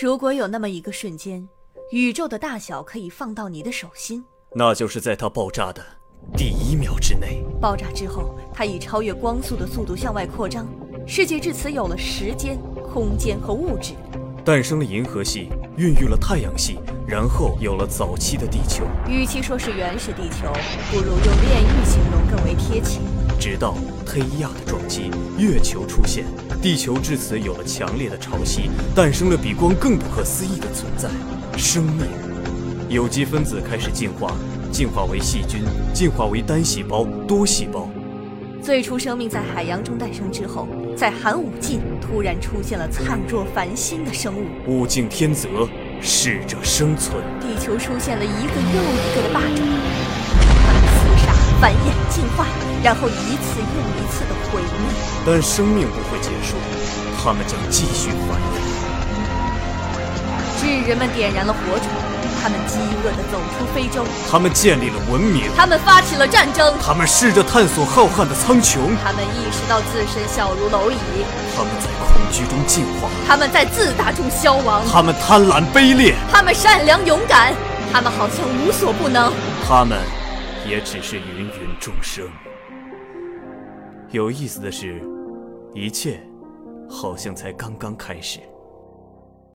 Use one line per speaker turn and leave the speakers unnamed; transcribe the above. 如果有那么一个瞬间，宇宙的大小可以放到你的手心，
那就是在它爆炸的第一秒之内。
爆炸之后，它以超越光速的速度向外扩张，世界至此有了时间、空间和物质。
诞生了银河系，孕育了太阳系，然后有了早期的地球，
与其说是原始地球，不如用炼狱形容更为贴切。
直到忒亚的撞击，月球出现，地球至此有了强烈的潮汐，诞生了比光更不可思议的存在——生命。有机分子开始进化，进化为细菌，进化为单细胞、多细胞。
最初，生命在海洋中诞生之后，在寒武纪突然出现了灿若繁星的生物，
物竞天择，适者生存。
地球出现了一个又一个的霸主，他们厮杀、繁衍、进化，然后一次又一次的毁灭。
但生命不会结束，它们将继续繁衍。
智人们点燃了火种，他们饥饿地走出非洲，
它们建立了文明，
他们发起了战争，
它们试着探索浩瀚的苍穹，
他们意识到自身小如蝼蚁，
它们在恐惧中进化，
他们在自大中消亡，
它们贪婪卑劣，
他们善良勇敢，他们好像无所不能。
它们也只是芸芸众生。有意思的是，一切好像才刚刚开始。